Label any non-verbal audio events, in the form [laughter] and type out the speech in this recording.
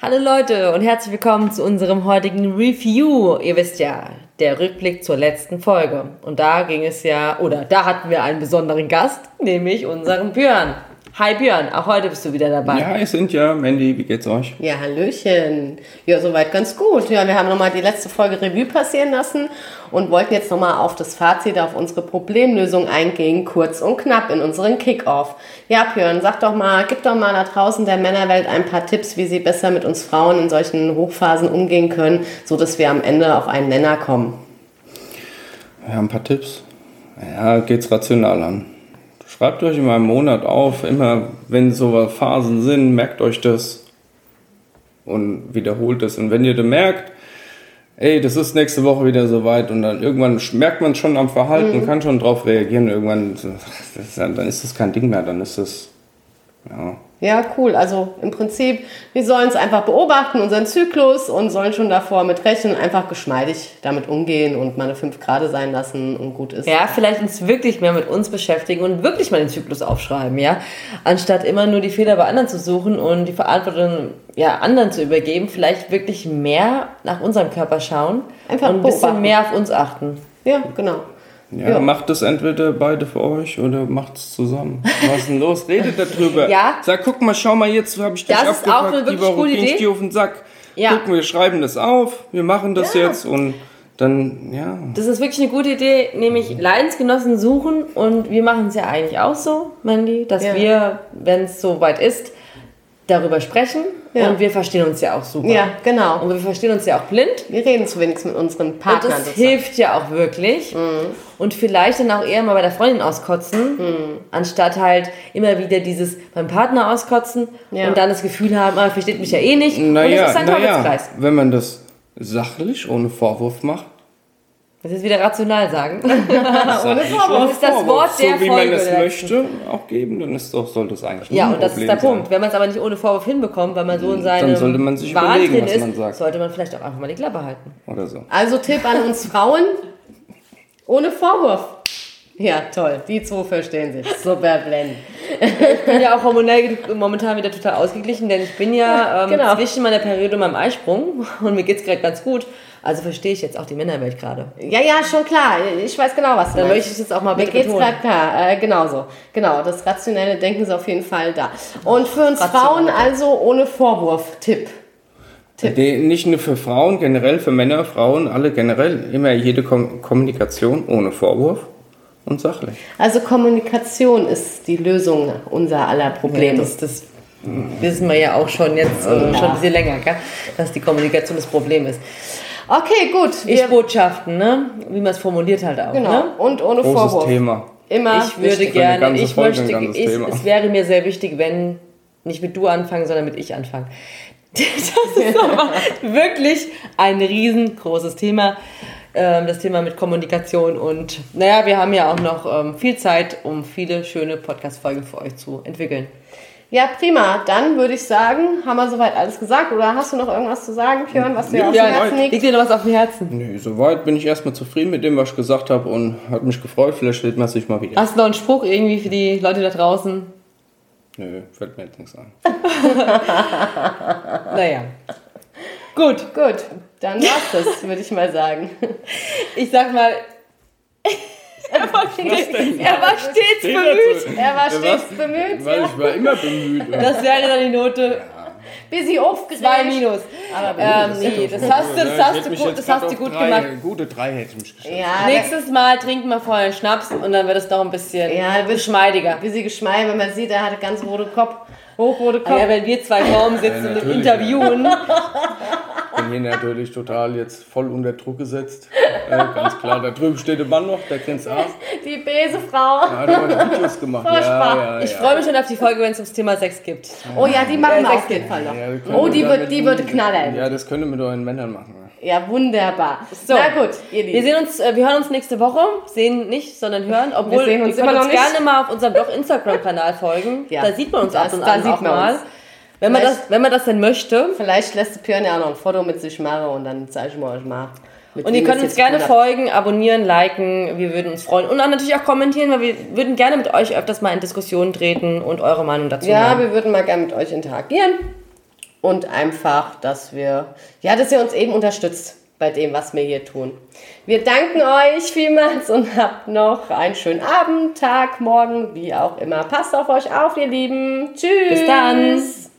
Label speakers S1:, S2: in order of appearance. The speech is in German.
S1: alle Leute und herzlich willkommen zu unserem heutigen Review. Ihr wisst ja, der Rückblick zur letzten Folge. Und da ging es ja, oder da hatten wir einen besonderen Gast, nämlich unseren Björn. Hi Björn, auch heute bist du wieder dabei.
S2: Ja, es sind ja, Mandy, wie geht's euch?
S3: Ja, Hallöchen. Ja, soweit ganz gut. Ja, wir haben nochmal die letzte Folge Revue passieren lassen und wollten jetzt nochmal auf das Fazit, auf unsere Problemlösung eingehen, kurz und knapp in unseren Kickoff. Ja, Björn, sag doch mal, gib doch mal da draußen der Männerwelt ein paar Tipps, wie sie besser mit uns Frauen in solchen Hochphasen umgehen können, so dass wir am Ende auf einen Nenner kommen.
S2: Wir haben ein paar Tipps. Ja, geht's rational an. Schreibt euch immer im Monat auf, immer wenn so Phasen sind, merkt euch das und wiederholt es. Und wenn ihr das merkt, ey, das ist nächste Woche wieder soweit und dann irgendwann merkt man schon am Verhalten und kann schon drauf reagieren. Irgendwann, das ist [laughs] dann dann ist das kein Ding mehr, dann ist das, ja.
S3: Ja, cool. Also im Prinzip, wir sollen es einfach beobachten, unseren Zyklus und sollen schon davor mit rechnen, einfach geschmeidig damit umgehen und mal eine 5 Grad sein lassen und gut ist.
S1: Ja, vielleicht uns wirklich mehr mit uns beschäftigen und wirklich mal den Zyklus aufschreiben, ja. Anstatt immer nur die Fehler bei anderen zu suchen und die Verantwortung ja, anderen zu übergeben, vielleicht wirklich mehr nach unserem Körper schauen
S3: Einfach
S1: und ein bisschen
S3: beobachten.
S1: mehr auf uns achten.
S3: Ja, genau.
S2: Ja, macht das entweder beide für euch oder macht es zusammen. Was ist denn los? Redet darüber.
S1: Ja.
S2: Sag, guck mal, schau mal, jetzt habe ich dich
S1: Das ist auch
S2: abgepackt.
S1: eine
S2: Die
S1: wirklich
S2: Woche
S1: coole
S2: ging's
S1: Idee.
S2: dir auf den Sack.
S1: Ja.
S2: Guck mal, wir schreiben das auf, wir machen das
S1: Ja.
S2: jetzt und dann, ja.
S1: Das ist wirklich eine gute Idee,
S3: Mhm.
S1: nämlich Leidensgenossen suchen und wir machen es ja eigentlich auch so, Mandy, dass
S3: Ja.
S1: wir, wenn es soweit ist, darüber sprechen
S3: Ja.
S1: und wir verstehen uns ja auch super.
S3: Ja, genau.
S1: Und wir verstehen uns ja auch blind.
S3: Wir reden zu wenig mit unseren
S1: Und
S3: Partnern.
S1: das
S3: sozusagen. Mhm.
S1: hilft ja auch wirklich. Und vielleicht dann auch eher mal bei der Freundin auskotzen,
S3: Mhm.
S1: anstatt halt immer wieder dieses beim Partner auskotzen
S3: Ja.
S1: und dann das Gefühl haben, ah, versteht mich ja eh nicht. und das
S2: Naja,
S1: ist ein
S2: naja,
S1: Teufelskreis.
S2: wenn man das sachlich, ohne Vorwurf macht,
S1: Das ist wieder rational sagen.
S2: ohne
S1: Ah, Vorwurf. Das ist das Wort
S2: so
S1: der
S2: wie man
S1: Folge,
S2: das
S1: oder?
S2: möchte, auch geben, dann ist doch, soll das eigentlich
S1: Ja,
S2: nie ein
S1: und das ist
S2: Problem
S1: der
S2: sein.
S1: Punkt. Wenn man es aber nicht ohne Vorwurf hinbekommt, weil man so in seinem
S2: sollte man sich
S1: Wahn
S2: überlegen,
S1: drin
S2: was
S1: ist,
S2: man sagt.
S1: sollte man vielleicht auch einfach mal die Klappe halten.
S2: Oder so.
S3: Also Tipp an uns Frauen, ohne Vorwurf. Ja, toll. Die zwei verstehen sich. Super blend.
S1: Ich bin ja auch hormonell momentan wieder total ausgeglichen, denn ich bin ja ähm,
S3: Genau.
S1: zwischen meiner Periode und meinem Eisprung [laughs] und mir geht's gerade ganz gut. Also verstehe ich jetzt auch die Männerwelt gerade.
S3: Ja, ja, schon klar. Ich weiß genau, was du
S1: Dann
S3: meinst.
S1: möchte ich das auch mal
S3: Mir
S1: bitte
S3: geht's
S1: betonen.
S3: gerade klar, äh, genauso. Genau, das rationelle Denken ist auf jeden Fall da. Und für uns
S1: Rational.
S3: Frauen also ohne Vorwurf, Tipp.
S2: Die, nicht nur für Frauen, generell für Männer, Frauen, alle generell. Immer jede Kom Kommunikation ohne Vorwurf und sachlich.
S3: Also Kommunikation ist die Lösung unser aller
S1: Ja,
S3: Probleme.
S1: das, das wissen wir ja auch schon jetzt
S2: Also.
S1: äh, schon ein bisschen länger, gell? dass die Kommunikation das Problem ist.
S3: Okay, gut. Wir,
S1: Ich-Botschaften, ne? wie man es formuliert halt auch.
S3: genau.
S1: Ne?
S3: Und ohne
S2: Großes
S3: Vorwurf.
S2: Thema.
S3: Immer.
S1: Ich würde
S3: wichtig.
S2: Für eine
S1: gerne,
S2: ganze
S1: ich
S2: Folge ein
S1: möchte,
S2: ganzes
S1: ich,
S2: Thema.
S1: es wäre mir sehr wichtig, wenn nicht mit du anfangen, sondern mit ich anfangen. [laughs] Das ist aber wirklich ein riesengroßes Thema. ähm, Das Thema mit Kommunikation und naja, wir haben ja auch noch ähm, viel Zeit, um viele schöne Podcast-Folgen für euch zu entwickeln.
S3: Ja, prima. Dann würde ich sagen, haben wir soweit alles gesagt. Oder hast du noch irgendwas zu sagen, Björn, was dir auf
S2: Ja,
S3: dem Herzen
S2: nein.
S3: liegt?
S1: Liegt dir noch was auf dem Herzen?
S2: Nö, soweit bin ich erstmal zufrieden mit dem, was ich gesagt habe und hat mich gefreut. Vielleicht redet man sich mal wieder.
S1: Hast du noch einen Spruch irgendwie für die Leute da draußen?
S2: Nö, fällt mir jetzt nichts ein.
S1: Naja. Gut,
S3: Gut, dann war's das, würde ich mal sagen.
S2: [laughs]
S1: ich sag mal. er war, er war stets bemüht.
S3: Er war stets
S2: was?
S3: bemüht.
S2: Weil ich war immer bemüht.
S1: Das wäre dann die Note
S3: Busy aufgeregt.
S1: 2 minus.
S3: Ah, Aber
S1: Ähm, nee, das hast du, das hast du gut, das hast du gut gemacht.
S2: Gute drei hätte ich mich geschafft.
S3: Ja,
S1: Nächstes Mal trinken wir vorher einen Schnaps und dann wird es noch ein bisschen
S3: Ja,
S1: ja,
S3: ein bisschen-
S1: geschmeidiger.
S3: busy Geschmei, wenn man sieht, er hatte ganz rote Kopf, hochrote
S2: Ah,
S3: Kopf.
S1: Ja, wenn wir zwei Formen sitzen
S2: Ja,
S1: und
S2: natürlich,
S1: interviewen,
S2: Ich bin hier natürlich total jetzt voll unter Druck gesetzt. Äh, ganz klar, da drüben steht der Mann noch, der kennt's auch.
S3: Die Besefrau.
S2: Da hat er meine Videos gemacht.
S3: Furchtbar.
S2: Ja, ja,
S1: ich
S2: ja.
S1: freue mich schon auf die Folge, wenn es ums Thema Sex gibt.
S3: Oh ja, die machen wir
S1: Ja,
S3: auf jeden Fall noch.
S2: Ja, wir können
S3: oh, die
S2: damit
S3: wird, die wird
S2: mit-
S3: knallen. Ja.
S2: Ja, das könnt ihr mit euren Männern machen.
S3: wunderbar.
S1: So.
S3: Na gut, ihr
S1: Wir
S3: Lieben.
S1: sehen uns, äh, wir hören uns nächste Woche, sehen nicht, sondern hören, obwohl
S3: Wir sehen uns
S1: ihr könnt
S3: immer noch
S1: uns
S3: nicht.
S1: gerne mal auf unserem Blog Instagram-Kanal folgen.
S3: Ja.
S1: Da sieht man uns ab
S3: Das-
S1: und
S3: da
S1: an
S3: sieht
S1: auch
S3: man
S1: mal.
S3: uns.
S1: Wenn man,
S3: Vielleicht-
S1: das, wenn man das denn möchte.
S3: Vielleicht lässt der Björn ja auch noch ein Foto mit sich machen und dann zeige ich mir euch mal. mit
S1: Und
S3: wem
S1: ihr könnt
S3: es
S1: uns
S3: jetzt
S1: gerne
S3: gut hat.
S1: folgen, abonnieren, liken. Wir würden uns freuen. Und dann natürlich auch kommentieren, weil wir würden gerne mit euch öfters mal in Diskussionen treten und eure Meinung dazu
S3: Ja,
S1: ja, hören.
S3: wir würden mal gerne mit euch interagieren. und einfach, dass wir, ja, dass ihr uns eben unterstützt bei dem, was wir hier tun. Wir danken euch vielmals und habt noch einen schönen Abend, Tag, Morgen, wie auch immer. Passt auf euch auf, ihr Lieben. Tschüss.
S1: Bis dann.